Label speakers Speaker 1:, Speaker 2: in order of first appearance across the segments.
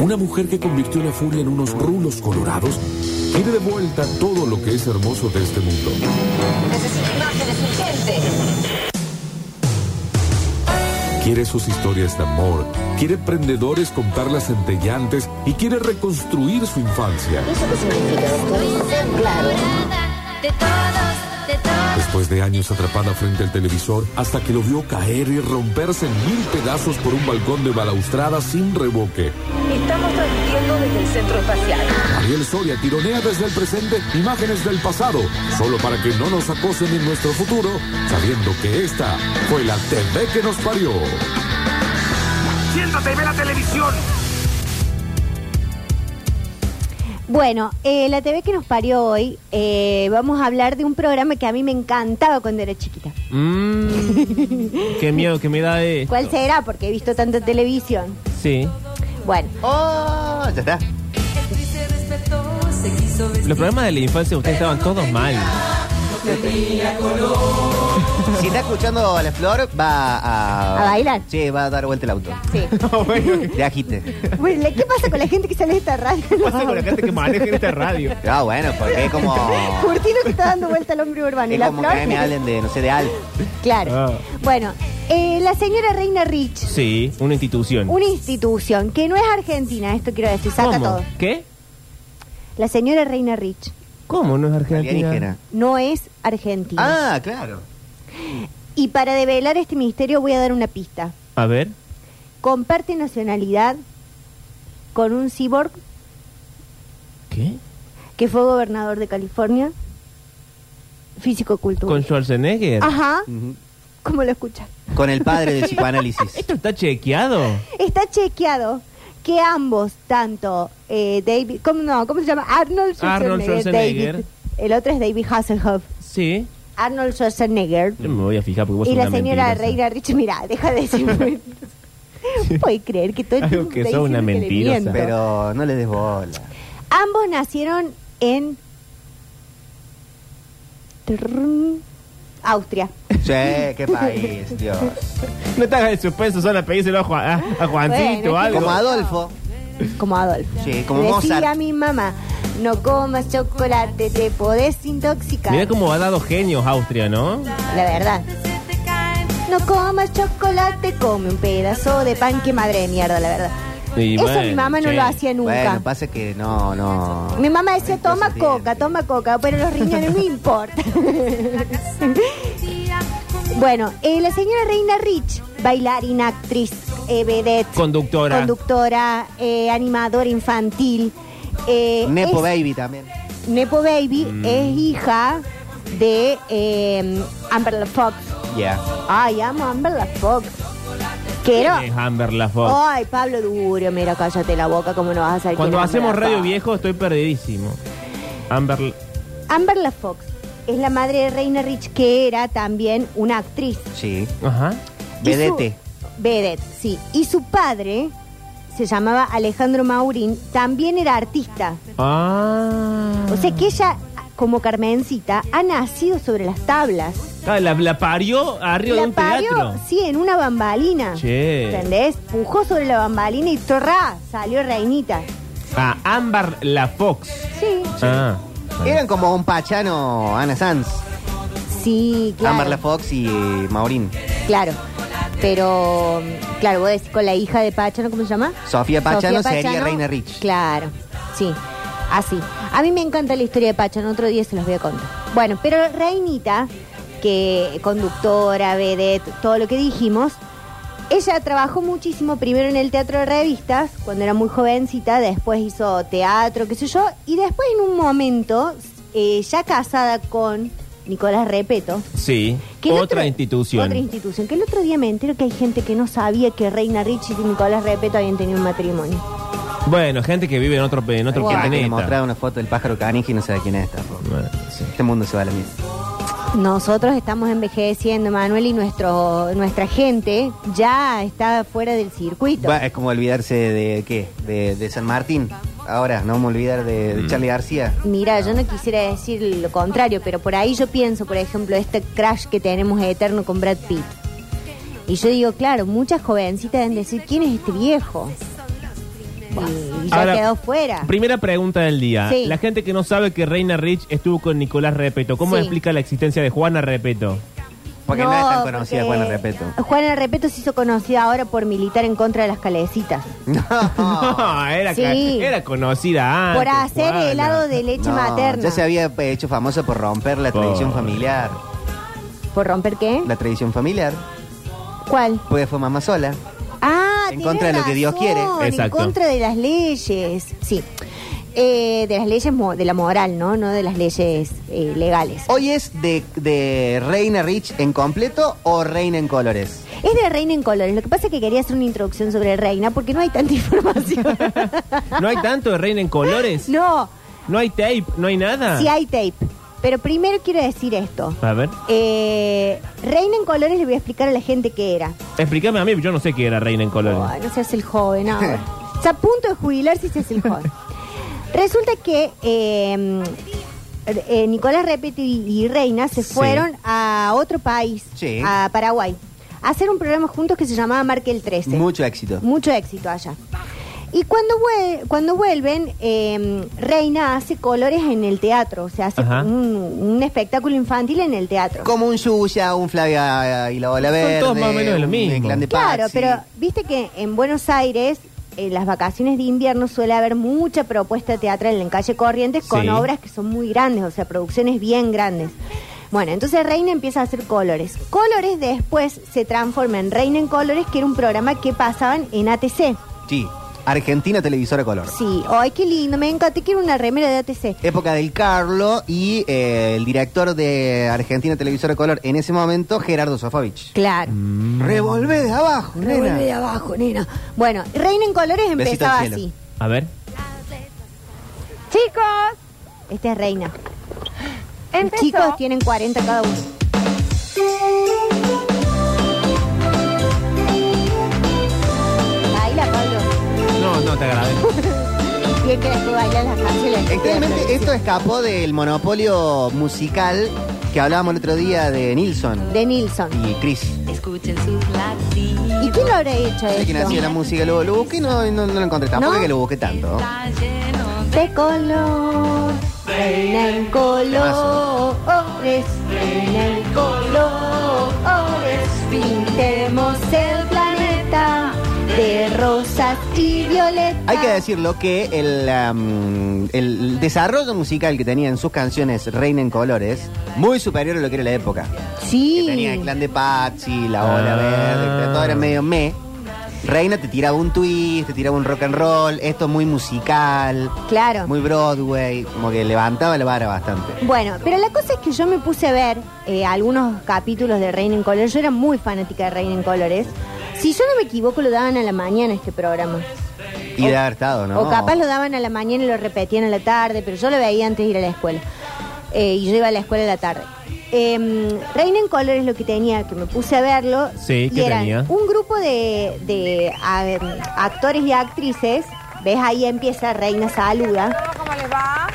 Speaker 1: Una mujer que convirtió la furia en unos rulos colorados quiere de vuelta todo lo que es hermoso de este mundo.
Speaker 2: Necesito imágenes urgentes.
Speaker 1: Quiere sus historias de amor, quiere emprendedores con perlas centellantes y quiere reconstruir su infancia.
Speaker 2: ¿Eso qué significa, doctor? Claro.
Speaker 3: de todos, de todos.
Speaker 1: Después de años atrapada frente al televisor, hasta que lo vio caer y romperse en mil pedazos por un balcón de balaustrada sin revoque.
Speaker 4: Estamos transmitiendo desde el centro espacial.
Speaker 1: Ariel Soria tironea desde el presente imágenes del pasado, solo para que no nos acosen en nuestro futuro, sabiendo que esta fue la TV que nos parió.
Speaker 5: Siéntate y ve la televisión.
Speaker 6: Bueno, eh, la TV que nos parió hoy, eh, vamos a hablar de un programa que a mí me encantaba cuando era chiquita.
Speaker 7: Mm, qué miedo que me da esto.
Speaker 6: ¿Cuál será? Porque he visto tanta televisión.
Speaker 7: Sí.
Speaker 6: Bueno,
Speaker 5: Oh, ya está.
Speaker 7: Los programas de la infancia de ustedes estaban todos mal.
Speaker 5: Si está escuchando a la flor, va a.
Speaker 6: ¿A bailar?
Speaker 5: Sí, va a dar vuelta el auto.
Speaker 6: sí.
Speaker 5: Te agite.
Speaker 6: Bueno, ¿Qué pasa con la gente que sale de esta radio?
Speaker 7: Ah. maneja esta radio?
Speaker 5: Ah, bueno, porque es como.
Speaker 6: Curtino que está dando vuelta al hombre urbano. y
Speaker 5: Es
Speaker 6: la
Speaker 5: como que a mí me
Speaker 6: flor-
Speaker 5: hablen de, no sé, de algo.
Speaker 6: Claro.
Speaker 7: Ah.
Speaker 6: Bueno, eh, la señora Reina Rich,
Speaker 7: Sí, una institución.
Speaker 6: una institución que no es argentina, esto quiero decir, saca
Speaker 7: ¿Cómo?
Speaker 6: todo.
Speaker 7: ¿Qué?
Speaker 6: La señora Reina Rich
Speaker 7: ¿Cómo no es argentina?
Speaker 5: Alienígena.
Speaker 6: no es argentina.
Speaker 5: Ah, claro.
Speaker 6: Y para develar este misterio voy a dar una pista.
Speaker 7: A ver.
Speaker 6: Comparte nacionalidad con un cyborg
Speaker 7: ¿Qué?
Speaker 6: que fue gobernador de California, físico
Speaker 7: ¿Con
Speaker 6: cultural.
Speaker 7: Schwarzenegger?
Speaker 6: Ajá,
Speaker 5: Ujú.
Speaker 6: como lo escuchas.
Speaker 5: Con el padre del psicoanálisis.
Speaker 7: ¿Esto está chequeado?
Speaker 6: Está chequeado que ambos, tanto eh, David, ¿cómo, no, ¿cómo se llama? Arnold Schwarzenegger.
Speaker 7: Arnold Schwarzenegger.
Speaker 6: David. el otro es David Hasselhoff.
Speaker 7: Sí.
Speaker 6: Arnold Schwarzenegger.
Speaker 7: Yo me voy a fijar porque vos
Speaker 6: Y
Speaker 7: sos
Speaker 6: la
Speaker 7: una
Speaker 6: señora
Speaker 7: mentirosa.
Speaker 6: Reina Rich, mira, deja de decir. Puedes creer que todo el
Speaker 7: Algo
Speaker 6: tiempo
Speaker 7: que
Speaker 6: está
Speaker 7: sos una
Speaker 6: diciendo que le
Speaker 7: mentirosa.
Speaker 6: miento.
Speaker 5: Pero no le des bola.
Speaker 6: Ambos nacieron en Trrrrm, Austria.
Speaker 5: Che, qué país, Dios.
Speaker 7: No te hagas el suspenso, solo pedíselo a, Juan- a- a Juancito
Speaker 6: Bueno,
Speaker 7: o algo.
Speaker 5: Como Adolfo.
Speaker 6: como Adolfo.
Speaker 5: Sí, como
Speaker 6: Le
Speaker 5: Mozart.
Speaker 6: Decía a mi mamá, no comas chocolate, te podés intoxicar.
Speaker 7: Mira cómo ha dado genios Austria, ¿no?
Speaker 6: La verdad. No comas chocolate, come un pedazo de pan, que madre de mierda, la verdad.
Speaker 7: Y
Speaker 6: Eso
Speaker 7: bueno,
Speaker 6: mi mamá no
Speaker 7: che.
Speaker 6: lo hacía nunca.
Speaker 5: Bueno, pasa que no, no.
Speaker 6: mi mamá decía,
Speaker 5: Entonces,
Speaker 6: toma
Speaker 5: bien,
Speaker 6: coca,
Speaker 5: bien.
Speaker 6: toma coca, pero los riñones no importa. bueno, eh, la señora Reina Rich, bailarina, actriz, eh, vedette,
Speaker 7: Conductora.
Speaker 6: conductora, eh, animadora infantil. eh,
Speaker 5: Nepo
Speaker 6: es-
Speaker 5: Baby también.
Speaker 6: Nepo Baby
Speaker 7: Mm.
Speaker 6: es hija de eh, Amber La Fox.
Speaker 5: Yeah.
Speaker 6: Ay, amo a Amber La Fox. Que era-
Speaker 7: Es Amber la Fox.
Speaker 6: Ay, Pablo Durio, mira, cállate la boca, ¿cómo no vas a salir?
Speaker 7: Cuando hacemos radio viejo estoy perdidísimo. Amber...
Speaker 6: Amber La Fox es la madre de Reina Rich, que era también una actriz.
Speaker 5: Sí.
Speaker 7: Ajá.
Speaker 6: Y su-
Speaker 5: Vedete.
Speaker 6: Vedette, sí. Y su padre se llamaba Alejandro Maurín, también era artista.
Speaker 7: Ah.
Speaker 6: O sea que ella, como Carmencita, ha nacido sobre las tablas.
Speaker 7: Ah, la, la parió arriba de
Speaker 6: La
Speaker 7: un
Speaker 6: parió,
Speaker 7: teatro.
Speaker 6: sí, en una bambalina.
Speaker 7: Che.
Speaker 6: ¿Entendés? Pujó sobre la bambalina y torra, salió reinita.
Speaker 7: Ah, Amber la Fox.
Speaker 6: Sí.
Speaker 7: Ah.
Speaker 5: Eran como un pachano Ana Sanz.
Speaker 6: Sí, claro.
Speaker 5: Amber La Fox y eh, Maurín.
Speaker 6: Claro. Pero, mm, claro, vos decís con la hija de Pachano, ¿cómo se llama?
Speaker 5: Sofía Pachano sería
Speaker 6: Pachano.
Speaker 5: Reina Rich.
Speaker 6: Claro, sí. Así. A mí me encanta la historia de Pachano, otro día se los voy a contar. Bueno, pero Reinita, que conductora, vedette, todo lo que dijimos, ella trabajó muchísimo primero en el teatro de revistas, cuando era muy jovencita, después hizo teatro, qué sé yo, y después en un momento, eh, ya casada con Nicolás Repeto,
Speaker 7: Sí.
Speaker 6: que el
Speaker 7: Otra
Speaker 6: otro-
Speaker 7: institución.
Speaker 6: Otra institución. Que el otro día me entero que hay gente que no sabía que Reina Rich y Nicolás Repeto habían tenido un matrimonio.
Speaker 7: Bueno, gente que vive en otro, en otro
Speaker 6: Wow.
Speaker 5: Que me
Speaker 7: planeta.
Speaker 5: mostraba una foto del pájaro canijo y no sabe quién es tampoco.
Speaker 7: Bueno, sí.
Speaker 5: Este mundo se va a la mierda.
Speaker 6: Nosotros estamos envejeciendo, Manuel, y nuestro, nuestra gente ya está fuera del circuito.
Speaker 5: Va, es como olvidarse de qué? De, de San Martín. Ahora, no vamos a olvidar de,
Speaker 7: Mm.
Speaker 5: de Charlie García.
Speaker 6: Mira, yo no quisiera decir lo contrario, pero por ahí yo pienso, por ejemplo, este crash que tenemos eterno con Brad Pitt. Y yo digo, claro, muchas jovencitas deben decir, ¿quién es este viejo? y, y ya
Speaker 7: Ahora,
Speaker 6: quedó fuera.
Speaker 7: Primera pregunta del día.
Speaker 6: Sí.
Speaker 7: La gente que no sabe que Reina Rich estuvo con Nicolás Repeto, ¿cómo
Speaker 6: Sí.
Speaker 7: explica la existencia de Juana Repeto?
Speaker 5: Porque no, es tan conocida,
Speaker 6: porque
Speaker 5: Juana Repeto.
Speaker 6: Juana Repeto se hizo conocida ahora por militar en contra de las calecitas.
Speaker 7: No, era,
Speaker 6: Oh. Sí.
Speaker 7: ca- era conocida antes.
Speaker 6: por hacer
Speaker 7: Juana.
Speaker 6: helado de leche
Speaker 5: Ah, No,
Speaker 6: materna.
Speaker 5: Ya se había hecho famosa por romper la
Speaker 7: Por-
Speaker 5: tradición familiar.
Speaker 6: ¿Por romper qué?
Speaker 5: La tradición familiar.
Speaker 6: ¿Cuál?
Speaker 5: Pues fue mamá sola.
Speaker 6: Ah,
Speaker 5: En
Speaker 6: tenés
Speaker 5: contra de lo que Dios quiere.
Speaker 6: razón,
Speaker 7: Exacto.
Speaker 6: En contra de las leyes. Sí. Eh, de las leyes, mo- de la moral, ¿no? No de las leyes eh, legales.
Speaker 5: ¿Hoy es de, de Reina Rich en completo o Reina en colores?
Speaker 6: Es de Reina en Colores. Lo que pasa es que quería hacer una introducción sobre Reina porque no hay tanta información.
Speaker 7: ¿No hay tanto de Reina en colores? No.
Speaker 6: no,
Speaker 7: hay tape? ¿No hay
Speaker 5: Ah.
Speaker 7: nada?
Speaker 6: sí hay tape. Pero primero quiero decir esto.
Speaker 7: A ver,
Speaker 6: Eh, Reina en Colores le voy a explicar a la gente qué era.
Speaker 7: explícame a mí, yo no sé qué era Reina en colores.
Speaker 6: Ay, no se hace el joven ahora. Está a punto de jubilarse y se hace el joven. Resulta que eh, eh, Nicolás Repeto y, y Reina se
Speaker 7: Sí.
Speaker 6: fueron a otro país,
Speaker 5: Sí.
Speaker 6: a Paraguay, a hacer un programa juntos que se llamaba Marque el 13.
Speaker 5: Mucho éxito.
Speaker 6: Mucho éxito allá. Y cuando, vuel- cuando vuelven, eh, Reina hace colores en el teatro, o sea, hace
Speaker 7: Ajá.
Speaker 6: un, un espectáculo infantil en el teatro.
Speaker 5: Como un Yuya, un Flavia y la Ola Verde.
Speaker 7: todos más o menos de lo
Speaker 5: un
Speaker 7: mismo.
Speaker 5: Clan de
Speaker 6: Claro,
Speaker 5: Paxi.
Speaker 6: pero viste que en Buenos Aires, en las vacaciones de invierno, suele haber mucha propuesta teatral en calle Corrientes con
Speaker 7: Sí.
Speaker 6: obras que son muy grandes, o sea, producciones bien grandes. Bueno, entonces Reina empieza a hacer colores. Colores después se transforma en Reina en Colores, que era un programa que pasaban en ATC.
Speaker 5: Sí, Argentina Televisora Color.
Speaker 6: Sí, ay, qué lindo, me encanta, quiero una remera de ATC.
Speaker 5: Época del Carlo y eh, el director de Argentina Televisora Color en ese momento, Gerardo Sofovich.
Speaker 6: Claro.
Speaker 5: Revolvé de abajo, nena.
Speaker 6: Revuelve de abajo, nena. Bueno, Reina en Colores
Speaker 5: Besito
Speaker 6: empezaba
Speaker 5: al cielo.
Speaker 6: así.
Speaker 7: A ver.
Speaker 6: Chicos, esta Este es Reina. Los
Speaker 4: Empezó.
Speaker 6: chicos tienen 40 cada uno. Baila, Pablo.
Speaker 7: No, no te agradezco.
Speaker 6: Bien que las que bailan las canciones.
Speaker 5: Extrañamente, esto escapó del monopolio musical que hablábamos el otro día de Nilsson
Speaker 6: De Nilsson.
Speaker 5: y Chris.
Speaker 8: Escuchen sus latidos.
Speaker 6: ¿Y quién lo habrá hecho
Speaker 5: Sé que nació
Speaker 6: esto?
Speaker 5: la música, lo, lo busqué y no, no, no lo encontré. Tampoco
Speaker 6: ¿No?
Speaker 5: es que lo busqué tanto.
Speaker 8: Está lleno de
Speaker 6: De color, reina en colores, reina en colores. Pintemos el planeta de rosas y violetas.
Speaker 5: Hay que decirlo que el, am, el desarrollo musical que tenía en sus canciones Reina en Colores, muy superior a lo que era la época. Que
Speaker 6: Sí.
Speaker 5: tenía el clan de Patsy, la ola
Speaker 7: Ah.
Speaker 5: verde, que todo era medio me. Reina te tiraba un twist, te tiraba un rock and roll, esto muy musical,
Speaker 6: Claro.
Speaker 5: muy Broadway, como que levantaba la vara bastante.
Speaker 6: Bueno, pero la cosa es que yo me puse a ver eh, algunos capítulos de Reina en Colores. Yo era muy fanática de Reina en Colores. Si yo no me equivoco, lo daban a la mañana este programa.
Speaker 5: Y de haber estado, ¿no?
Speaker 6: O capaz lo daban a la mañana y lo repetían a la tarde, pero yo lo veía antes de ir a la escuela. Eh, y yo iba a la escuela a la tarde. Em, Reina en Colores lo que tenía, que me puse a verlo. y
Speaker 7: Sí, ¿qué
Speaker 6: eran
Speaker 7: tenía?
Speaker 6: Un grupo de, de, a ver, actores y actrices. ¿Ves? Ahí empieza Reina Saluda.
Speaker 4: ¿Cómo les va?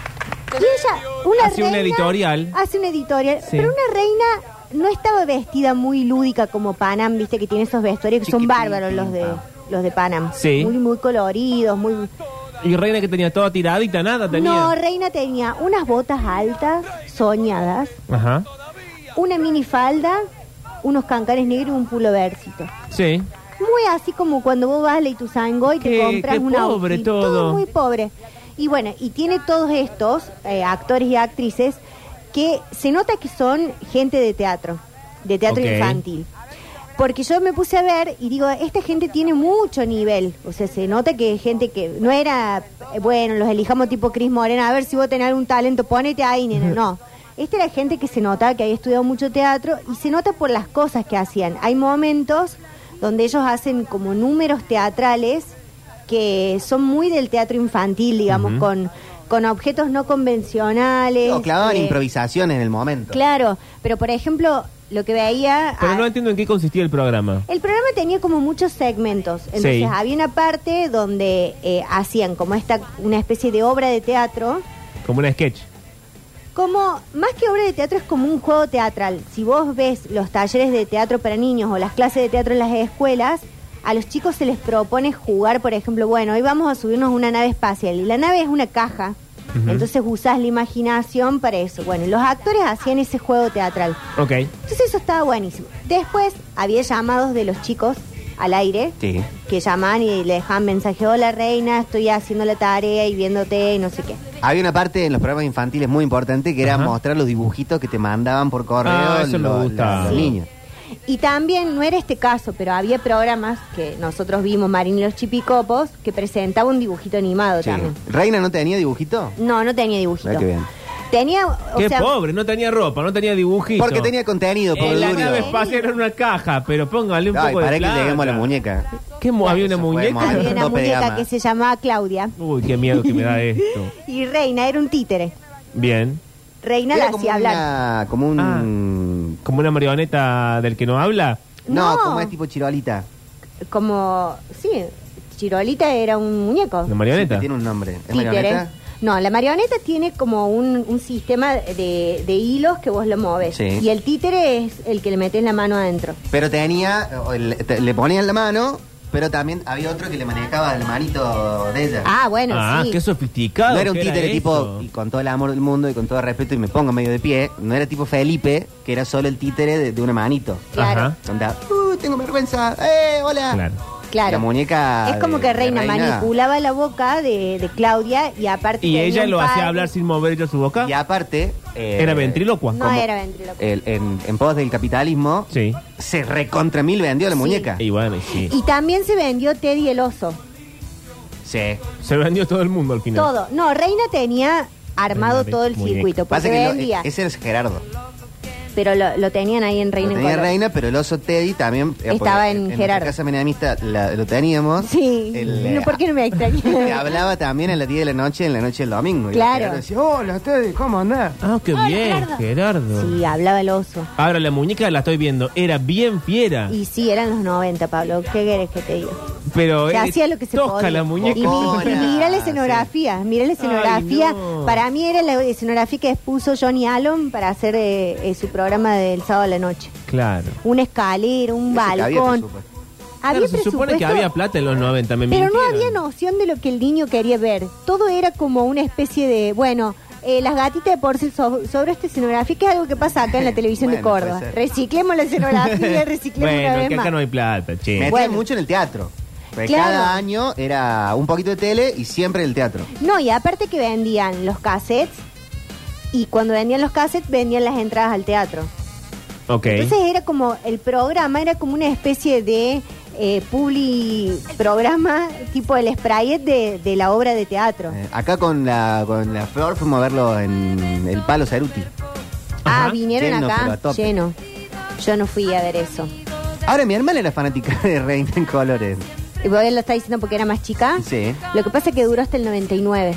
Speaker 6: Y ella, una
Speaker 7: Hace una
Speaker 6: reina-
Speaker 7: editorial.
Speaker 6: Hace una editorial.
Speaker 7: Sí.
Speaker 6: Pero una reina no estaba vestida muy lúdica como Panam, viste que tiene esos vestuarios que son
Speaker 5: Chiquitín,
Speaker 6: bárbaros los
Speaker 5: pim,
Speaker 6: de
Speaker 5: pam.
Speaker 6: los de Panam.
Speaker 7: Sí.
Speaker 6: Muy, muy coloridos, muy
Speaker 7: ¿Y Reina que tenía toda tiradita? Nada tenía.
Speaker 6: no, Reina tenía unas botas altas, soñadas,
Speaker 7: Ajá.
Speaker 6: una minifalda, unos cancares negros y un pulovercito.
Speaker 7: Sí.
Speaker 6: Muy así como cuando vos vas a la Ituzaingó y te
Speaker 7: Qué-
Speaker 6: compras
Speaker 7: qué
Speaker 6: una
Speaker 7: pobre todo.
Speaker 6: muy pobre. Y bueno, y tiene todos estos eh, actores y actrices que se nota que son gente de teatro, de teatro
Speaker 7: Ok.
Speaker 6: infantil. Porque yo me puse a ver y digo, esta gente tiene mucho nivel. O sea, se nota que es gente que no era, eh, bueno, los elijamos tipo Cris Morena, a ver si vos tenés algún talento, ponete ahí, nena. No. Esta era gente que se nota que había estudiado mucho teatro y se nota por las cosas que hacían. Hay momentos donde ellos hacen como números teatrales que son muy del teatro infantil, digamos, con, con objetos no convencionales.
Speaker 5: No, clavaban
Speaker 6: eh,
Speaker 5: improvisaciones en el momento.
Speaker 6: Claro, pero por ejemplo, lo que veía...
Speaker 7: Pero
Speaker 6: ah,
Speaker 7: no entiendo en qué consistía el programa.
Speaker 6: el programa tenía como muchos segmentos. Entonces
Speaker 7: Sí.
Speaker 6: había una parte donde eh, hacían como esta una especie de obra de teatro.
Speaker 7: Como un sketch.
Speaker 6: Como, más que obra de teatro, es como un juego teatral. Si vos ves los talleres de teatro para niños o las clases de teatro en las escuelas, a los chicos se les propone jugar, por ejemplo, bueno, hoy vamos a subirnos a una nave espacial. Y la nave es una caja. Entonces usás la imaginación para eso. Bueno, y los actores hacían ese juego teatral.
Speaker 7: Ok.
Speaker 6: Entonces eso estaba buenísimo. Después había llamados de los chicos al aire
Speaker 5: Sí.
Speaker 6: que llamaban y le dejaban mensaje, hola reina, estoy haciendo la tarea y viéndote y no sé qué.
Speaker 5: Había una parte en los programas infantiles muy importante que era
Speaker 7: Ajá.
Speaker 5: mostrar los dibujitos que te mandaban por correo
Speaker 7: Ah, eso me
Speaker 5: los- los
Speaker 7: gustaba.
Speaker 5: niños.
Speaker 6: Y también, no era este caso, pero había programas que nosotros vimos, Marín y los Chipicopos, que presentaba un dibujito animado
Speaker 5: Sí.
Speaker 6: también.
Speaker 5: ¿Reina no tenía dibujito?
Speaker 6: No, no tenía dibujito.
Speaker 5: Ah, qué bien.
Speaker 6: Tenía, o
Speaker 7: Qué
Speaker 6: sea,
Speaker 7: pobre, no tenía ropa, no tenía dibujito.
Speaker 5: Porque tenía contenido, por
Speaker 7: Eh, la nave
Speaker 5: duro.
Speaker 7: espacial era una caja, pero póngale un
Speaker 5: Ay,
Speaker 7: poco de
Speaker 5: para que
Speaker 7: plata.
Speaker 5: lleguemos a la muñeca.
Speaker 7: ¿Qué mu- había una
Speaker 5: Eso fue
Speaker 7: muñeca?
Speaker 6: había una
Speaker 5: Tope de
Speaker 6: muñeca
Speaker 5: gama.
Speaker 6: que se llamaba Claudia
Speaker 7: Uy, qué miedo que me da esto.
Speaker 6: y Reina era un títere.
Speaker 7: Bien.
Speaker 6: Reina
Speaker 5: Era
Speaker 6: la
Speaker 5: como
Speaker 6: hacía hablar. Ah.
Speaker 5: una- como un...
Speaker 7: Como una marioneta del que no habla.
Speaker 5: No,
Speaker 6: No.
Speaker 5: como es tipo chirolita.
Speaker 6: Como, sí, Chirolita era un muñeco.
Speaker 7: Una marioneta.
Speaker 5: Sí, tiene un nombre. ¿Es
Speaker 6: títere.
Speaker 5: marioneta?
Speaker 6: No, la marioneta tiene como un, un sistema de, de hilos que vos lo mueves.
Speaker 5: Sí.
Speaker 6: Y el títere es el que le metes la mano adentro.
Speaker 5: Pero tenía, o le, te- le ponían la mano, pero también había otro que le manejaba el manito de ella.
Speaker 6: Ah, bueno,
Speaker 7: ah,
Speaker 6: sí.
Speaker 7: qué sofisticado.
Speaker 5: no era un
Speaker 7: que
Speaker 5: títere tipo,
Speaker 7: eso.
Speaker 5: y con todo el amor del mundo y con todo el respeto, y me pongo medio de pie, no era tipo Felipe, que era solo el títere de, de una manito.
Speaker 6: Claro.
Speaker 7: Ajá.
Speaker 5: Andaba, "Uh, tengo vergüenza, ¡eh, hola!
Speaker 7: Claro.
Speaker 6: Claro.
Speaker 5: La muñeca
Speaker 6: Es como
Speaker 5: de-
Speaker 6: que
Speaker 5: de
Speaker 6: Reina,
Speaker 5: Reina.
Speaker 6: manipulaba la boca de, de Claudia y aparte.
Speaker 7: Y
Speaker 6: tenía
Speaker 7: ella
Speaker 6: un
Speaker 7: lo hacía
Speaker 6: par-
Speaker 7: hablar sin mover ella su boca.
Speaker 5: Y aparte... eh,
Speaker 7: Era ventrílocua.
Speaker 6: No
Speaker 7: ¿Cómo?
Speaker 6: era ventríloco.
Speaker 5: el- en, en pos del capitalismo,
Speaker 7: Sí.
Speaker 5: se recontra mil vendió la muñeca.
Speaker 7: Y bueno, y sí.
Speaker 6: Y también se vendió Teddy el oso.
Speaker 5: Sí.
Speaker 7: Se vendió todo el mundo al final.
Speaker 6: Todo. No, Reina tenía armado
Speaker 7: Reina,
Speaker 6: todo el
Speaker 7: muñeca.
Speaker 6: circuito.
Speaker 5: Pasa
Speaker 6: Porque
Speaker 5: que lo- eh,
Speaker 6: vendía.
Speaker 5: ese es Gerardo.
Speaker 6: Pero lo, lo tenían ahí en
Speaker 5: Lo
Speaker 6: Reina en
Speaker 5: tenía
Speaker 6: color.
Speaker 5: Reina, pero el oso Teddy también. eh,
Speaker 6: Estaba
Speaker 5: porque
Speaker 6: en
Speaker 5: nuestra
Speaker 6: Gerardo.
Speaker 5: casa menemista la- lo teníamos.
Speaker 6: Sí.
Speaker 5: El,
Speaker 6: no, ¿Por qué no me
Speaker 5: Te
Speaker 6: extraña?
Speaker 5: hablaba también a las 10 de la noche, en la noche del domingo. Y
Speaker 6: Claro.
Speaker 5: Gerardo decía, hola Teddy, ¿cómo andás?
Speaker 7: Ah, qué
Speaker 6: Hola,
Speaker 7: bien,
Speaker 6: Gerardo.
Speaker 7: Gerardo.
Speaker 6: sí, hablaba el oso.
Speaker 7: Ahora la muñeca la estoy viendo. Era bien fiera.
Speaker 6: Y sí, eran los 90, Pablo. ¿Qué querés que te diga?
Speaker 7: pero
Speaker 6: Se
Speaker 7: era
Speaker 6: hacía lo que se
Speaker 7: tosca
Speaker 6: podía.
Speaker 7: la muñeca.
Speaker 6: Y, mi- y mira la
Speaker 5: Hola,
Speaker 6: escenografía, mira la escenografía.
Speaker 7: no.
Speaker 6: Para mí era la escenografía que expuso Johnny Allen para hacer eh, eh, su programa del sábado a la noche.
Speaker 7: Claro.
Speaker 6: Un escalera, un balcón. Había
Speaker 7: Claro, se supone que
Speaker 6: presupuesto,
Speaker 7: había plata en los 90, me
Speaker 6: Pero no
Speaker 7: mintieron.
Speaker 6: había noción de lo que el niño quería ver. Todo era como una especie de, bueno, eh, las gatitas de porcel so- sobre esta escenografía, que es algo que pasa acá en la televisión de
Speaker 5: Bueno, puede
Speaker 6: Córdoba.
Speaker 5: ser.
Speaker 6: Reciclemos la escenografía, reciclemos una
Speaker 7: Bueno,
Speaker 6: vez
Speaker 7: que acá
Speaker 6: más.
Speaker 7: no hay plata, che.
Speaker 5: Eh, Me
Speaker 6: Bueno.
Speaker 5: mucho en el teatro. Porque
Speaker 6: Claro.
Speaker 5: Cada año era un poquito de tele y siempre el teatro.
Speaker 6: No, y aparte que vendían los cassettes y cuando vendían los cassettes vendían las entradas al teatro.
Speaker 7: Ok.
Speaker 6: Entonces era como, el programa era como una especie de eh, publi programa tipo el sprayet de, de la obra de teatro.
Speaker 5: Eh, acá con la, con la Flor fuimos a verlo en el Palo Ceruti.
Speaker 6: Ah,
Speaker 7: Ajá.
Speaker 6: vinieron
Speaker 5: Lleno, pero a
Speaker 6: acá
Speaker 5: tope.
Speaker 6: lleno. Yo no fui a ver eso.
Speaker 5: Ahora mi hermana era fanática de Reina en Colores.
Speaker 6: Y vos lo está diciendo porque era más chica.
Speaker 5: Sí. ¿eh?
Speaker 6: Lo que pasa es que duró hasta el 99.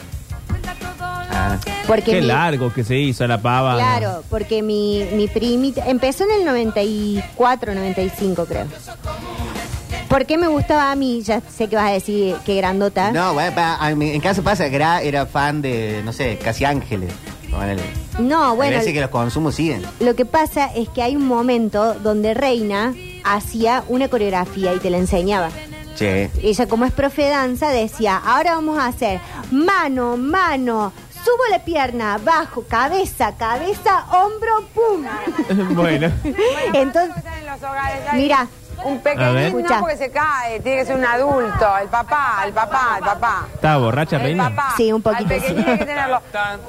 Speaker 5: Ah.
Speaker 6: Porque
Speaker 7: Qué
Speaker 6: mi-
Speaker 7: largo que se hizo la pava.
Speaker 6: Claro, porque mi, mi primita empezó en el 94, 95 creo. ¿Por qué me gustaba a mí? Ya sé que vas a decir que grandota.
Speaker 5: No, bueno, pa- a mí- en caso pasa, Gra era fan de, no sé, casi ángeles. Ponele.
Speaker 6: No, bueno,
Speaker 5: Parece que los consumos siguen.
Speaker 6: lo que pasa es que hay un momento donde Reina hacía una coreografía y te la enseñaba.
Speaker 5: Che.
Speaker 6: Ella como es profe de danza decía, ahora vamos a hacer mano, mano, subo la pierna, bajo, cabeza, cabeza, hombro, pum.
Speaker 7: bueno.
Speaker 6: Entonces, mira,
Speaker 9: Un
Speaker 7: A ver.
Speaker 9: pequeñín
Speaker 6: Escucha.
Speaker 9: no porque se cae, tiene que ser un adulto, el papá, el papá, el papá.
Speaker 7: ¿Estaba borracha,
Speaker 9: El
Speaker 7: Reina?
Speaker 9: Eh, papá.
Speaker 6: Sí, un poquito,
Speaker 9: Al pequeñín
Speaker 6: sí.
Speaker 9: hay que tenerlo.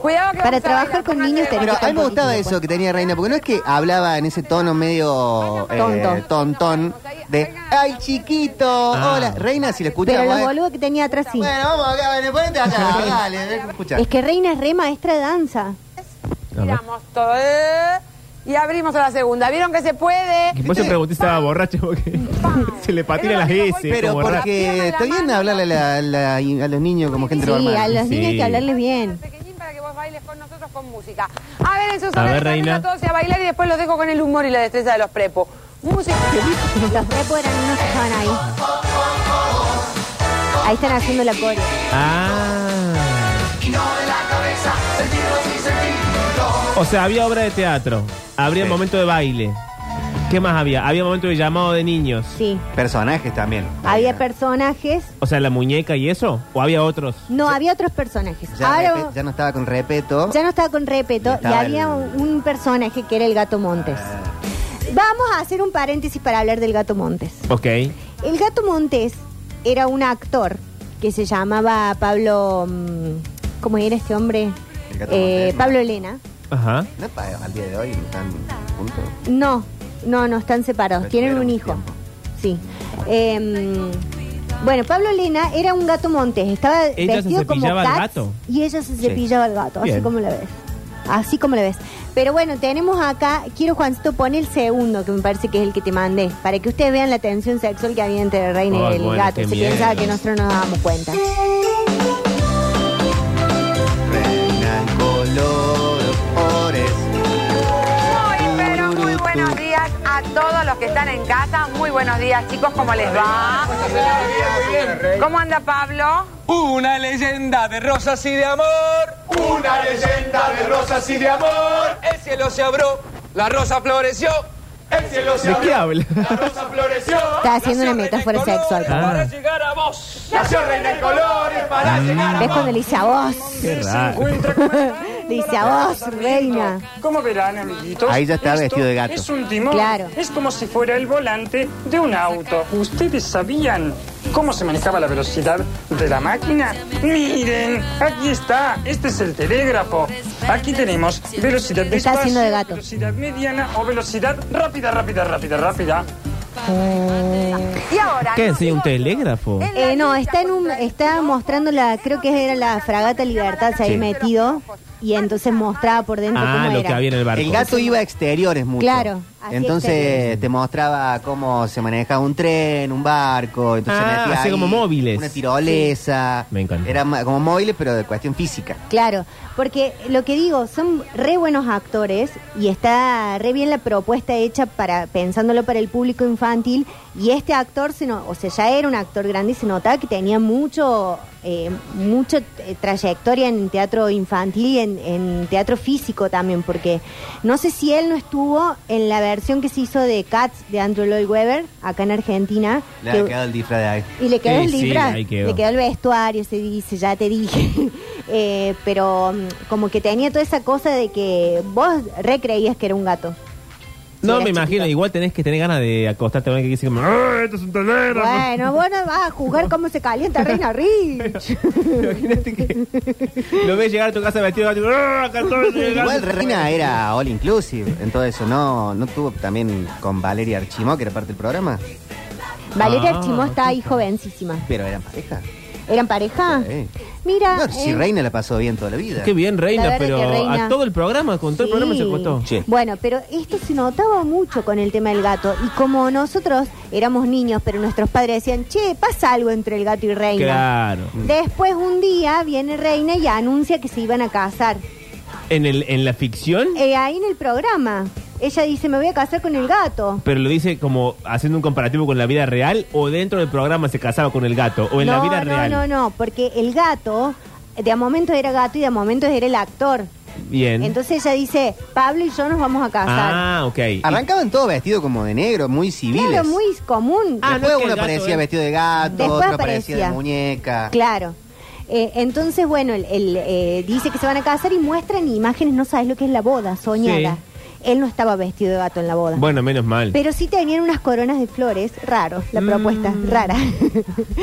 Speaker 9: Cuidado que
Speaker 6: Para
Speaker 9: vamos a
Speaker 6: trabajar
Speaker 9: bailar,
Speaker 6: con
Speaker 9: pónganse
Speaker 6: niños
Speaker 9: de
Speaker 6: tenés
Speaker 5: Pero a mí me
Speaker 6: tampoco.
Speaker 5: gustaba eso que tenía Reina, porque no es que hablaba en ese tono medio eh,
Speaker 6: Tonto.
Speaker 5: tontón de ¡Ay, chiquito!
Speaker 7: Ah.
Speaker 5: ¡Hola! Reina, si la escuchas,
Speaker 6: pero los
Speaker 5: vos-
Speaker 6: boludos que tenía atrás sí.
Speaker 5: Bueno, vamos acá, vale, ponete acá, dale, eh, escucha.
Speaker 6: Es que Reina es re maestra de danza.
Speaker 7: A ver.
Speaker 9: Giramos todo. eh, Y abrimos a la segunda. ¿Vieron que se puede?
Speaker 7: Y vos se pregunté si estaba borracha porque se le patinan las S.
Speaker 5: Pero
Speaker 7: como
Speaker 9: Pierna
Speaker 7: borracha.
Speaker 5: porque
Speaker 9: en la
Speaker 5: está bien
Speaker 9: mano.
Speaker 5: hablarle a, la- la- a los niños como gente
Speaker 6: Sí,
Speaker 5: normal.
Speaker 6: a los
Speaker 7: Sí.
Speaker 6: niños hay que hablarles bien.
Speaker 9: Pequeñín para que vos bailes con nosotros con música. A ver, en sus
Speaker 7: A ver, Reina.
Speaker 9: a todos y a bailar y después los dejo con el humor y la destreza de los prepos. Música.
Speaker 6: Los prepos eran unos que estaban ahí. Ahí están haciendo la coreo.
Speaker 7: Ah. O sea, había obra de teatro. Habría
Speaker 5: Sí.
Speaker 7: momento de baile. ¿Qué más había? Había momentos de llamado de niños.
Speaker 6: Sí.
Speaker 5: Personajes también.
Speaker 6: Había personajes.
Speaker 7: O sea, la muñeca y eso. ¿O había otros?
Speaker 6: No, había otros personajes.
Speaker 5: Ya,
Speaker 6: Ahora
Speaker 5: Repe- ya no estaba con repeto.
Speaker 6: Ya no estaba con
Speaker 5: Y
Speaker 6: repeto y,
Speaker 5: estaba
Speaker 6: había
Speaker 5: el- Ah.
Speaker 6: un, un personaje que era el gato Montes. Vamos a hacer un paréntesis para hablar del gato Montes.
Speaker 7: Ok.
Speaker 6: El gato Montes era un actor que se llamaba Pablo... mm, ¿Cómo era este hombre?
Speaker 5: El gato
Speaker 6: Eh,
Speaker 5: Montes, ¿no?
Speaker 6: Pablo Elena.
Speaker 7: Ajá.
Speaker 5: No pa- al día de hoy no están juntos.
Speaker 6: No, no, no, están separados.
Speaker 5: Pero
Speaker 6: Tienen un
Speaker 5: tuvieron
Speaker 6: hijo.
Speaker 5: tiempo.
Speaker 6: Sí. Em, bueno, Pablo Elena era un gato montes. Estaba
Speaker 7: Ella se
Speaker 6: vestido como
Speaker 7: cepillaba al
Speaker 6: Cats
Speaker 7: gato.
Speaker 6: Y ella se cepillaba al gato, así
Speaker 7: Bien.
Speaker 6: como la ves. Así como la ves. Pero bueno, tenemos acá, quiero Juancito, pon el segundo, que me parece que es el que te mandé, para que ustedes vean la tensión sexual que había entre Reina
Speaker 7: Ay,
Speaker 6: y el
Speaker 7: bueno,
Speaker 6: gato.
Speaker 7: qué
Speaker 6: Se
Speaker 7: miedo.
Speaker 6: pensaba que nosotros no nos dábamos cuenta.
Speaker 5: Reina en colores.
Speaker 9: Muy, pero muy buenos días a todos los que están en casa. Muy buenos días, chicos. ¿Cómo les va? ¿Cómo anda Pablo?
Speaker 10: Una leyenda de rosas y de amor. Una leyenda de rosas y de amor. El cielo se abrió, la rosa floreció. El cielo se
Speaker 7: ¿De qué
Speaker 10: abrió,
Speaker 7: habla?
Speaker 10: la rosa floreció.
Speaker 6: Está haciendo una
Speaker 10: Nació reina en
Speaker 6: metáfora
Speaker 10: colores
Speaker 6: sexual.
Speaker 10: Para
Speaker 7: Ah.
Speaker 10: llegar a vos. Nació reina en colores para llegar a
Speaker 6: ¿Ves
Speaker 10: vos.
Speaker 6: cuando le dice a vos?
Speaker 7: Qué raro.
Speaker 6: le dice a vos, reina.
Speaker 11: Como verán, amiguitos,
Speaker 5: Ahí ya está
Speaker 11: esto
Speaker 5: vestido de gato.
Speaker 11: Es un timón.
Speaker 6: Claro.
Speaker 11: Es como si fuera el volante de un auto. ¿Ustedes sabían cómo se manejaba la velocidad de la máquina? Miren, aquí está. Este es el telégrafo. Aquí tenemos velocidad de
Speaker 6: Está haciendo de gato.
Speaker 11: velocidad mediana o velocidad rápida, rápida, rápida, rápida.
Speaker 9: Y ahora.
Speaker 7: ¿Qué?
Speaker 9: no,
Speaker 7: ¿Sí? ¿Un
Speaker 9: digo,
Speaker 7: telégrafo?
Speaker 9: en la
Speaker 6: Eh, no,
Speaker 9: lucha
Speaker 6: está en un,
Speaker 9: contra el
Speaker 6: está mostrando la, creo que era la fragata Libertad, se había
Speaker 5: Sí.
Speaker 6: metido y entonces mostraba por dentro
Speaker 7: Ah,
Speaker 6: cómo
Speaker 7: lo
Speaker 6: era.
Speaker 7: que había en el barco.
Speaker 5: El gato iba a exteriores mucho.
Speaker 6: Claro, hacia
Speaker 5: Entonces
Speaker 6: exteriores.
Speaker 5: te mostraba cómo se maneja un tren, un barco. Entonces
Speaker 7: Ah,
Speaker 5: metía
Speaker 7: así
Speaker 5: ahí
Speaker 7: como móviles.
Speaker 5: Una tirolesa.
Speaker 7: Sí. Me encanta.
Speaker 5: Era ma- como móviles, pero de cuestión física.
Speaker 6: Claro, porque lo que digo, son re buenos actores y está re bien la propuesta hecha para pensándolo para el público infantil y este actor, se no, o sea, ya era un actor grande y se notaba que tenía mucho, eh, mucha eh, trayectoria en teatro infantil y en, en teatro físico también, porque no sé si él no estuvo en la versión que se hizo de Cats de Andrew Lloyd Webber acá en Argentina.
Speaker 5: Le
Speaker 6: que-
Speaker 5: ha quedado el disfraz de ahí.
Speaker 6: y le quedó
Speaker 7: Sí,
Speaker 6: el
Speaker 7: sí,
Speaker 6: libra,
Speaker 7: ahí quedó.
Speaker 6: le quedó el vestuario, se dice, ya te dije. Eh, pero mm, como que tenía toda esa cosa de que vos recreías que era un gato.
Speaker 7: No,
Speaker 6: Sí,
Speaker 7: me
Speaker 6: era
Speaker 7: imagino.
Speaker 6: chiquito.
Speaker 7: Igual tenés que tener ganas de acostarte a alguien que dice como... "Ah, esto es un telégrafo!
Speaker 6: Bueno, vos no vas a juzgar cómo se calienta Reina Rich.
Speaker 7: Imagínate que lo ves llegar a tu casa vestido de gato. "Ah, acá estoy llegando".
Speaker 5: Igual Reina era all inclusive. En todo eso, ¿no? ¿No tuvo también con Valeria Archimó, que era parte del programa?
Speaker 6: Valeria
Speaker 7: Ah,
Speaker 6: Archimó está ahí jovencísima.
Speaker 5: Pero eran pareja.
Speaker 6: ¿Eran pareja?
Speaker 5: Sí.
Speaker 6: Mira.
Speaker 5: No, si
Speaker 6: eh,
Speaker 5: Reina la pasó bien toda la vida.
Speaker 7: Qué bien,
Speaker 6: La
Speaker 7: Reina,
Speaker 6: verdad
Speaker 7: pero
Speaker 6: que Reina-
Speaker 7: a todo el programa, con todo el programa se
Speaker 6: Sí.
Speaker 7: acostó.
Speaker 5: Sí.
Speaker 6: Bueno, pero esto se notaba mucho con el tema del gato. Y como nosotros éramos niños, pero nuestros padres decían, che, pasa algo entre el gato y Reina.
Speaker 7: Claro.
Speaker 6: Después un día viene Reina y anuncia que se iban a casar.
Speaker 7: ¿En, el, en la ficción?
Speaker 6: Eh, ahí en el programa, ella dice, me voy a casar con el gato.
Speaker 7: Pero lo dice como haciendo un comparativo con la vida real o dentro del programa se casaba con el gato o en la
Speaker 6: no, no,
Speaker 7: vida real.
Speaker 6: no, no, porque el gato, de a momentos era gato y de a momentos era el actor.
Speaker 7: Bien.
Speaker 6: Entonces ella dice, Pablo y yo nos vamos a casar.
Speaker 7: ah, ok.
Speaker 5: Arrancaban todo vestido como de negro, muy civiles.
Speaker 6: claro, muy común.
Speaker 5: Después
Speaker 7: Ah, no es que
Speaker 5: uno
Speaker 7: el gato
Speaker 5: aparecía
Speaker 7: es-
Speaker 5: vestido de gato,
Speaker 6: Después
Speaker 5: otro
Speaker 6: aparecía.
Speaker 5: aparecía de muñeca.
Speaker 6: Claro. Eh, entonces, bueno, el, el, eh, dice que se van a casar y muestran imágenes, no sabes lo que es la boda, soñada. Él no estaba vestido de gato en la boda.
Speaker 7: Bueno, menos mal.
Speaker 6: Pero sí tenían unas coronas de flores, raro, la propuesta, rara.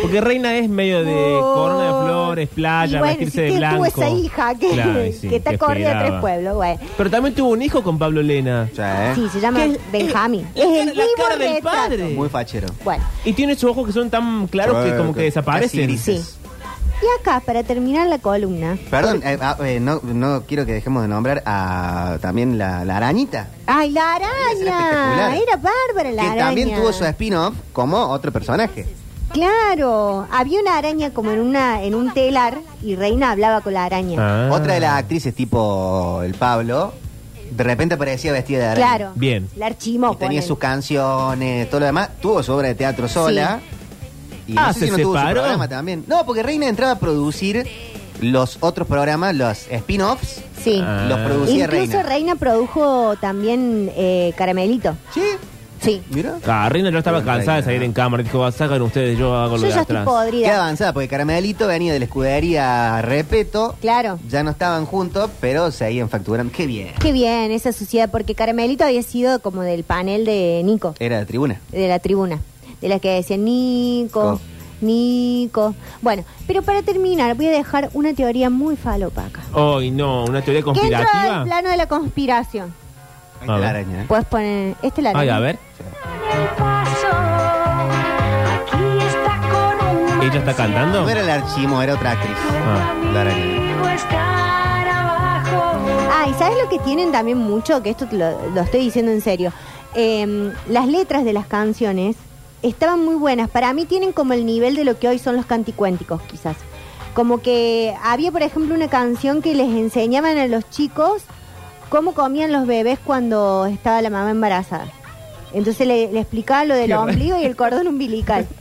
Speaker 7: Porque Reina es medio de
Speaker 6: Oh.
Speaker 7: Mm. corona de flores, playa,
Speaker 6: Y bueno,
Speaker 7: vestirse
Speaker 6: sí
Speaker 7: de
Speaker 6: que
Speaker 7: blanco.
Speaker 6: tuvo esa hija que,
Speaker 7: Claro, sí,
Speaker 6: que está
Speaker 7: qué
Speaker 6: corrida de tres
Speaker 7: fregaba.
Speaker 6: pueblos, güey.
Speaker 7: Pero también tuvo un hijo con Pablo Lena.
Speaker 5: O sea, ¿eh?
Speaker 6: Sí, se llama
Speaker 7: Que es-
Speaker 6: Benjamín.
Speaker 7: es-
Speaker 6: Es,
Speaker 7: es
Speaker 6: el
Speaker 7: la
Speaker 6: mismo
Speaker 7: cara del
Speaker 6: retrato.
Speaker 7: padre.
Speaker 5: Muy fachero.
Speaker 6: Bueno,
Speaker 7: Y tiene sus ojos que son tan claros que como que
Speaker 5: Casi
Speaker 7: desaparecen.
Speaker 5: grises.
Speaker 6: Sí. y acá, para terminar la columna.
Speaker 5: Perdón, eh, ah, eh, no, no quiero que dejemos de nombrar a también la, la arañita.
Speaker 6: ¡Ay, la
Speaker 5: Era
Speaker 6: araña!
Speaker 5: espectacular.
Speaker 6: Era bárbara la
Speaker 5: que
Speaker 6: araña.
Speaker 5: también tuvo su spin-off como otro personaje.
Speaker 6: Claro, había una araña como en una en un telar y Reina hablaba con la araña.
Speaker 7: Ah.
Speaker 5: Otra de las actrices tipo el Pablo, de repente aparecía vestida de araña.
Speaker 6: claro.
Speaker 7: Ah. Bien.
Speaker 6: La
Speaker 5: Y
Speaker 6: archimó.
Speaker 5: tenía
Speaker 6: ponele.
Speaker 5: sus canciones, todo lo demás. Tuvo su obra de teatro sola. Y no
Speaker 7: Ah,
Speaker 5: sé
Speaker 7: ¿se
Speaker 5: si no tuvo su
Speaker 7: separó?
Speaker 5: programa también. No, porque Reina entraba a producir los otros programas, los spin-offs.
Speaker 6: Sí.
Speaker 7: Ah.
Speaker 5: Los producía
Speaker 6: Incluso Reina.
Speaker 5: Reina.
Speaker 6: produjo también eh, Caramelito.
Speaker 5: Sí.
Speaker 6: Sí.
Speaker 5: Mira.
Speaker 7: Ah, Reina ya estaba cansada de salir en cámara. Dijo, "Ah, sacan ustedes, yo hago lo
Speaker 6: Yo
Speaker 7: de
Speaker 6: ya estoy
Speaker 7: atrás.
Speaker 5: Qué
Speaker 6: podrida.
Speaker 5: avanzada, porque Caramelito venía de la escudería Repeto.
Speaker 6: Claro.
Speaker 5: Ya no estaban juntos, pero seguían facturando. Qué bien.
Speaker 6: Qué bien esa sociedad, porque Caramelito había sido como del panel de Nico,
Speaker 5: Era de tribuna.
Speaker 6: de la tribuna, de las que decían Nico,
Speaker 5: Co.
Speaker 6: Nico. Bueno, pero para terminar, voy a dejar una teoría muy falopa acá.
Speaker 7: Ay, no, una teoría
Speaker 6: Que entra
Speaker 7: conspirativa.
Speaker 6: al plano de la conspiración.
Speaker 5: Ahí está
Speaker 7: A
Speaker 5: la
Speaker 7: ver.
Speaker 5: araña. ¿eh?
Speaker 6: Puedes poner. Este la
Speaker 7: Ay, a ver. ¿Ella está cantando?
Speaker 5: No era el archimo, era otra actriz.
Speaker 7: Ah.
Speaker 5: La araña.
Speaker 6: Ah, y ¿sabes lo que tienen también mucho? Que esto te lo, lo estoy diciendo en serio. Eh, las letras de las canciones estaban muy buenas. Para mí tienen como el nivel de lo que hoy son los canticuénticos, quizás. Como que había, por ejemplo, una canción que les enseñaban a los chicos cómo comían los bebés cuando estaba la mamá embarazada. Entonces le, le explicaba lo del
Speaker 7: Qué raro.
Speaker 6: ombligo y el cordón umbilical.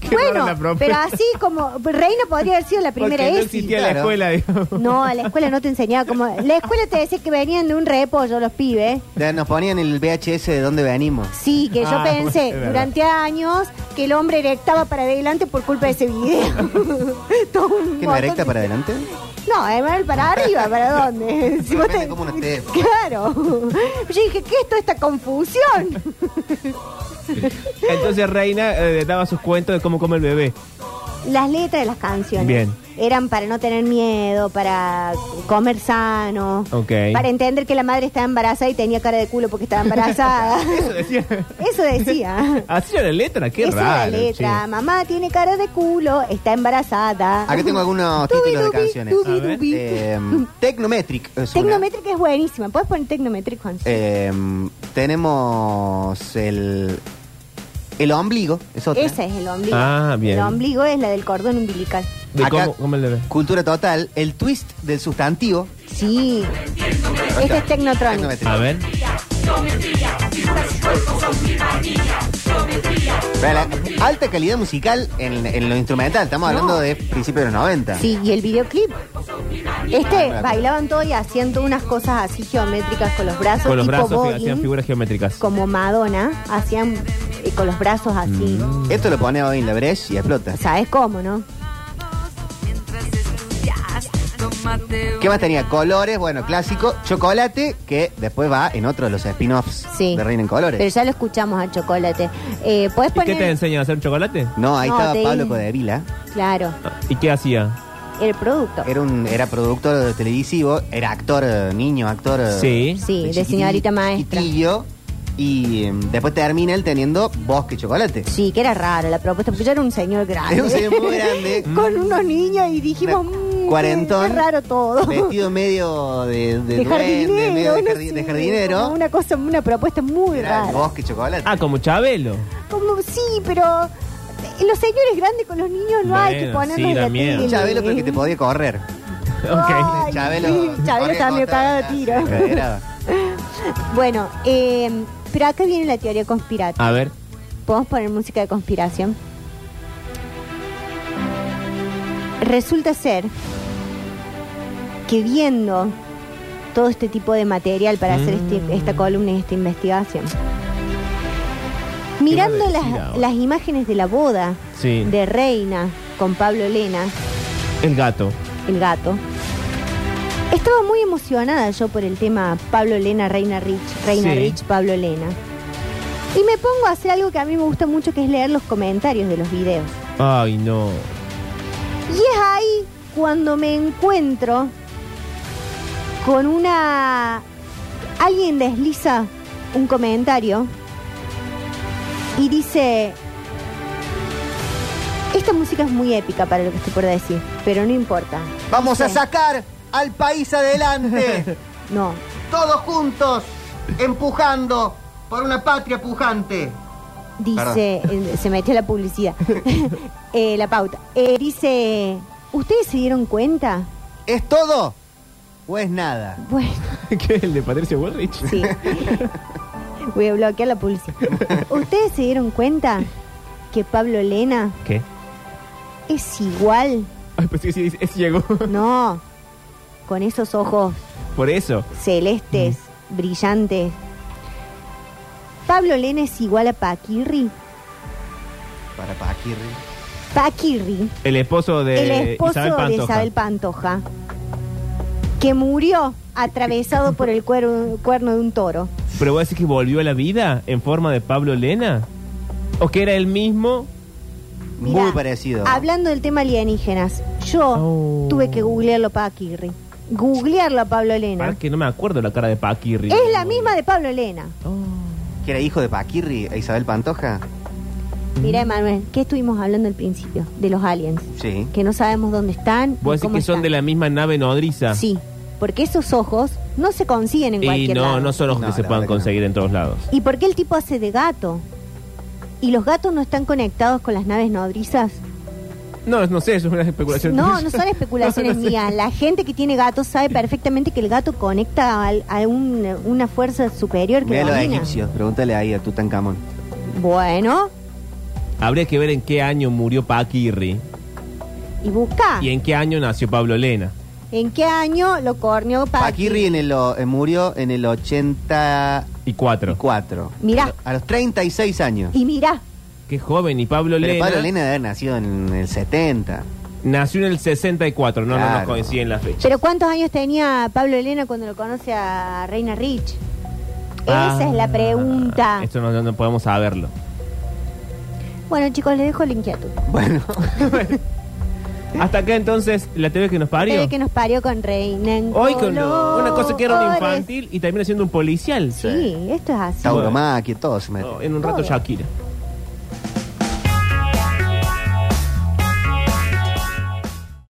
Speaker 7: Qué raro
Speaker 6: bueno,
Speaker 7: la
Speaker 6: pero
Speaker 7: propuesta.
Speaker 6: así como Reina podría haber sido la primera
Speaker 7: Porque no
Speaker 6: ESI.
Speaker 7: existía la
Speaker 5: claro.
Speaker 7: escuela, digamos.
Speaker 6: No, la escuela no te enseñaba cómo. La escuela te decía que venían de un repollo los pibes.
Speaker 5: Ya Nos ponían el VHS de dónde venimos.
Speaker 6: Sí, que yo
Speaker 7: Ah, bueno,
Speaker 6: pensé
Speaker 7: es verdad.
Speaker 6: durante años que el hombre erectaba para adelante por culpa de ese video. Todo un
Speaker 5: ¿Qué
Speaker 6: montón
Speaker 5: me recta
Speaker 6: de-
Speaker 5: para adelante?
Speaker 6: No, Emanuel, para arriba, ¿para dónde? Si vos
Speaker 5: Depende cómo uno esté.
Speaker 6: Claro. Yo dije, ¿qué es toda esta confusión?
Speaker 7: Entonces Reina eh, daba sus cuentos de cómo come el bebé.
Speaker 6: Las letras de las canciones
Speaker 7: Bien.
Speaker 6: eran para no tener miedo, para comer sano,
Speaker 7: Ok.
Speaker 6: para entender que la madre estaba embarazada y tenía cara de culo porque estaba embarazada.
Speaker 7: Eso decía.
Speaker 6: Eso decía.
Speaker 7: Así era la letra, qué
Speaker 6: Esa
Speaker 7: raro.
Speaker 6: es la letra.
Speaker 7: che.
Speaker 6: Mamá tiene cara de culo, está embarazada.
Speaker 5: Acá tengo algunos títulos de
Speaker 6: Dubi, dubi,
Speaker 5: canciones.
Speaker 6: dubi,
Speaker 7: A ver.
Speaker 6: dubi.
Speaker 5: Eh, Tecnometric. es una.
Speaker 6: Tecnometric es buenísima. ¿Puedes poner Tecnometric, Juan?
Speaker 5: Eh, tenemos el. El ombligo. Es otra.
Speaker 6: Ese es el ombligo.
Speaker 7: Ah, bien.
Speaker 6: El ombligo es la del cordón umbilical.
Speaker 7: De
Speaker 5: Acá-
Speaker 7: cómo come el bebé.
Speaker 5: Cultura total. El twist del sustantivo.
Speaker 6: Sí. Este es Tecnotronic.
Speaker 5: Tecnometric.
Speaker 7: A ver.
Speaker 5: Pero la alta calidad musical en, en lo instrumental. Estamos hablando
Speaker 6: No.
Speaker 5: de principios de los 90.
Speaker 6: Sí, y el videoclip. Este
Speaker 5: Ah,
Speaker 6: bailaban todos y hacían todas unas cosas así geométricas con los brazos,
Speaker 7: Con los
Speaker 6: tipo
Speaker 7: brazos fi-
Speaker 6: voguing,
Speaker 7: hacían figuras geométricas.
Speaker 6: como Madonna, hacían eh, con los brazos así.
Speaker 5: Esto lo pone hoy en la brecha y explota.
Speaker 6: ¿Sabes cómo, no?
Speaker 5: ¿Qué más tenía? Colores, bueno, clásico. Chocolate, que después va en otro de los spin-offs
Speaker 6: Sí.
Speaker 5: de Reina en Colores.
Speaker 6: Pero ya lo escuchamos a chocolate. Eh, ¿Podés
Speaker 7: ¿Y qué
Speaker 6: poner?
Speaker 7: te enseñan a hacer chocolate?
Speaker 5: No, ahí
Speaker 6: No,
Speaker 5: estaba
Speaker 6: te-
Speaker 5: Pablo Codevila.
Speaker 6: Claro,
Speaker 7: Ah, ¿Y qué hacía?
Speaker 6: el producto.
Speaker 5: Era un era productor televisivo, era actor eh, niño, actor. eh,
Speaker 7: Sí.
Speaker 6: Sí, de
Speaker 5: chiquitillo,
Speaker 6: señorita maestra.
Speaker 5: chiquitillo, Y eh, después termina él teniendo Bosque Chocolate.
Speaker 6: Sí, que era raro la propuesta, porque yo era un señor grande.
Speaker 5: Era un señor muy grande.
Speaker 6: Con unos niños y dijimos,
Speaker 5: Una
Speaker 6: mmm,
Speaker 5: cuarentón.
Speaker 6: qué raro todo.
Speaker 5: Vestido medio de, de
Speaker 6: de
Speaker 5: duende,
Speaker 6: jardinero,
Speaker 5: medio de,
Speaker 6: no
Speaker 5: jardi-
Speaker 6: sé,
Speaker 5: de jardinero.
Speaker 6: como Una cosa, una propuesta muy
Speaker 5: Era
Speaker 6: rara.
Speaker 5: Bosque Chocolate.
Speaker 7: Ah, como Chabelo.
Speaker 6: Como, sí, pero eh, los señores grandes con los niños no hay que
Speaker 7: Bueno,
Speaker 6: ponernos
Speaker 7: sí,
Speaker 6: en la
Speaker 7: da miedo.
Speaker 6: tele.
Speaker 5: Chabelo, pero que te podía correr.
Speaker 7: Ok. Oh.
Speaker 6: Ay,
Speaker 5: Chabelo.
Speaker 6: sí, Chabelo
Speaker 5: corría
Speaker 6: estaba medio
Speaker 5: contra-
Speaker 6: cagado a tiro.
Speaker 5: Era-
Speaker 6: Bueno, eh, pero acá viene la teoría conspirativa.
Speaker 7: A ver.
Speaker 6: ¿Podemos poner música de conspiración? Resulta ser que viendo todo este tipo de material para hacer este- esta columna y esta investigación, mirando
Speaker 7: decir
Speaker 6: las,
Speaker 7: ahora?
Speaker 6: las imágenes de la boda
Speaker 7: Sí.
Speaker 6: de Reina con Pablo Elena,
Speaker 7: El gato.
Speaker 6: el gato, estaba muy emocionada yo por el tema Pablo Elena, Reina Rich, Reina
Speaker 7: Sí.
Speaker 6: Rich, Pablo Elena. Y me pongo a hacer algo que a mí me gusta mucho, que es leer los comentarios de los videos.
Speaker 7: Ay, no.
Speaker 6: Y es ahí cuando me encuentro con una... Alguien desliza un comentario y dice, esta música es muy épica para lo que estoy por decir, pero no importa.
Speaker 5: Vamos a
Speaker 6: Sí.
Speaker 5: sacar al país adelante.
Speaker 6: No,
Speaker 5: Todos juntos, empujando por una patria pujante.
Speaker 6: dice, eh, se metió la publicidad, Eh, la pauta. Eh, dice, ¿ustedes se dieron cuenta?
Speaker 5: ¿Es todo o es nada?
Speaker 6: Bueno,
Speaker 7: ¿Qué es el de Patricio Bullrich?
Speaker 6: sí. Voy a bloquear la publicidad. ¿Ustedes se dieron cuenta que Pablo Elena
Speaker 7: ¿Qué?
Speaker 6: es igual?
Speaker 7: Ay, pues sí, sí, es- es ciego.
Speaker 6: No, con esos ojos
Speaker 7: Por eso.
Speaker 6: celestes, brillantes. Pablo Lena es igual a Paquirri.
Speaker 5: Para Paquirri.
Speaker 6: Paquirri,
Speaker 7: El esposo de
Speaker 6: el esposo
Speaker 7: Isabel Pantoja.
Speaker 6: de Isabel Pantoja, que murió atravesado por el cuero- cuerno de un toro.
Speaker 7: ¿Pero vos decís que volvió a la vida en forma de Pablo Lena? ¿O que era el mismo?
Speaker 5: Muy parecido.
Speaker 6: Hablando del tema alienígenas, yo
Speaker 7: Oh.
Speaker 6: tuve que googlearlo a Paquirri. Googlearlo a Pablo Elena.
Speaker 7: Para Ah, que no me acuerdo la cara de Oh. Paquirri.
Speaker 6: Es la misma de Pablo Elena.
Speaker 5: Que era hijo de Paquirri e Isabel Pantoja.
Speaker 6: Mira,
Speaker 7: Mm.
Speaker 6: Emanuel, ¿qué estuvimos hablando al principio? De los aliens.
Speaker 5: Sí.
Speaker 6: Que no sabemos dónde están. ni
Speaker 7: ¿Vos decís
Speaker 6: cómo
Speaker 7: que son
Speaker 6: están.
Speaker 7: de la misma nave nodriza?
Speaker 6: Sí, porque esos ojos no se consiguen en
Speaker 7: Y
Speaker 6: cualquier
Speaker 7: no,
Speaker 6: lado.
Speaker 7: no son los que se puedan conseguir en todos lados.
Speaker 6: ¿Y por qué el tipo hace de gato? ¿Y los gatos no están conectados con las naves nodrizas?
Speaker 7: No, no sé, eso es una especulación.
Speaker 6: No,
Speaker 7: tuya.
Speaker 6: no son especulaciones
Speaker 7: No, no sé.
Speaker 6: mías. La gente que tiene gatos sabe perfectamente que el gato conecta al- a, un- una fuerza superior que
Speaker 5: Mira
Speaker 6: lo
Speaker 5: lo de
Speaker 6: domina.
Speaker 5: egipcios. Pregúntale ahí a Tutankamón.
Speaker 6: Bueno,
Speaker 7: Habría que ver en qué año murió Paquirri
Speaker 6: y busca.
Speaker 7: y en qué año nació Pablo Lena.
Speaker 6: ¿En qué año lo corneó Paqui?
Speaker 5: Paquirri en el, o- eh, murió en el 84.
Speaker 7: Y cuatro.
Speaker 6: Mirá,
Speaker 5: A los 36 años.
Speaker 6: y mirá.
Speaker 7: Qué joven. Y Pablo
Speaker 5: Pero
Speaker 7: Lena
Speaker 5: Pablo Lena debe haber nacido en el 70.
Speaker 7: nació en el 64. No, no nos
Speaker 5: Claro.
Speaker 7: coinciden las fechas.
Speaker 6: ¿Pero cuántos años tenía Pablo Elena cuando lo conoce a Reina Rich?
Speaker 7: Ah,
Speaker 6: Esa es la pregunta.
Speaker 7: Esto no, no- no podemos saberlo.
Speaker 6: Bueno, chicos, les dejo la inquietud.
Speaker 5: Bueno,
Speaker 7: Hasta acá entonces la TV que nos parió.
Speaker 6: Ustedes que nos parió con Reina en
Speaker 7: Hoy con
Speaker 6: colores.
Speaker 7: una cosa que era un infantil y termina siendo un policial.
Speaker 6: Sí, esto es así.
Speaker 5: Tauromaqui, todo se mete.
Speaker 7: Oh, en un rato
Speaker 6: Todo.
Speaker 7: Shakira.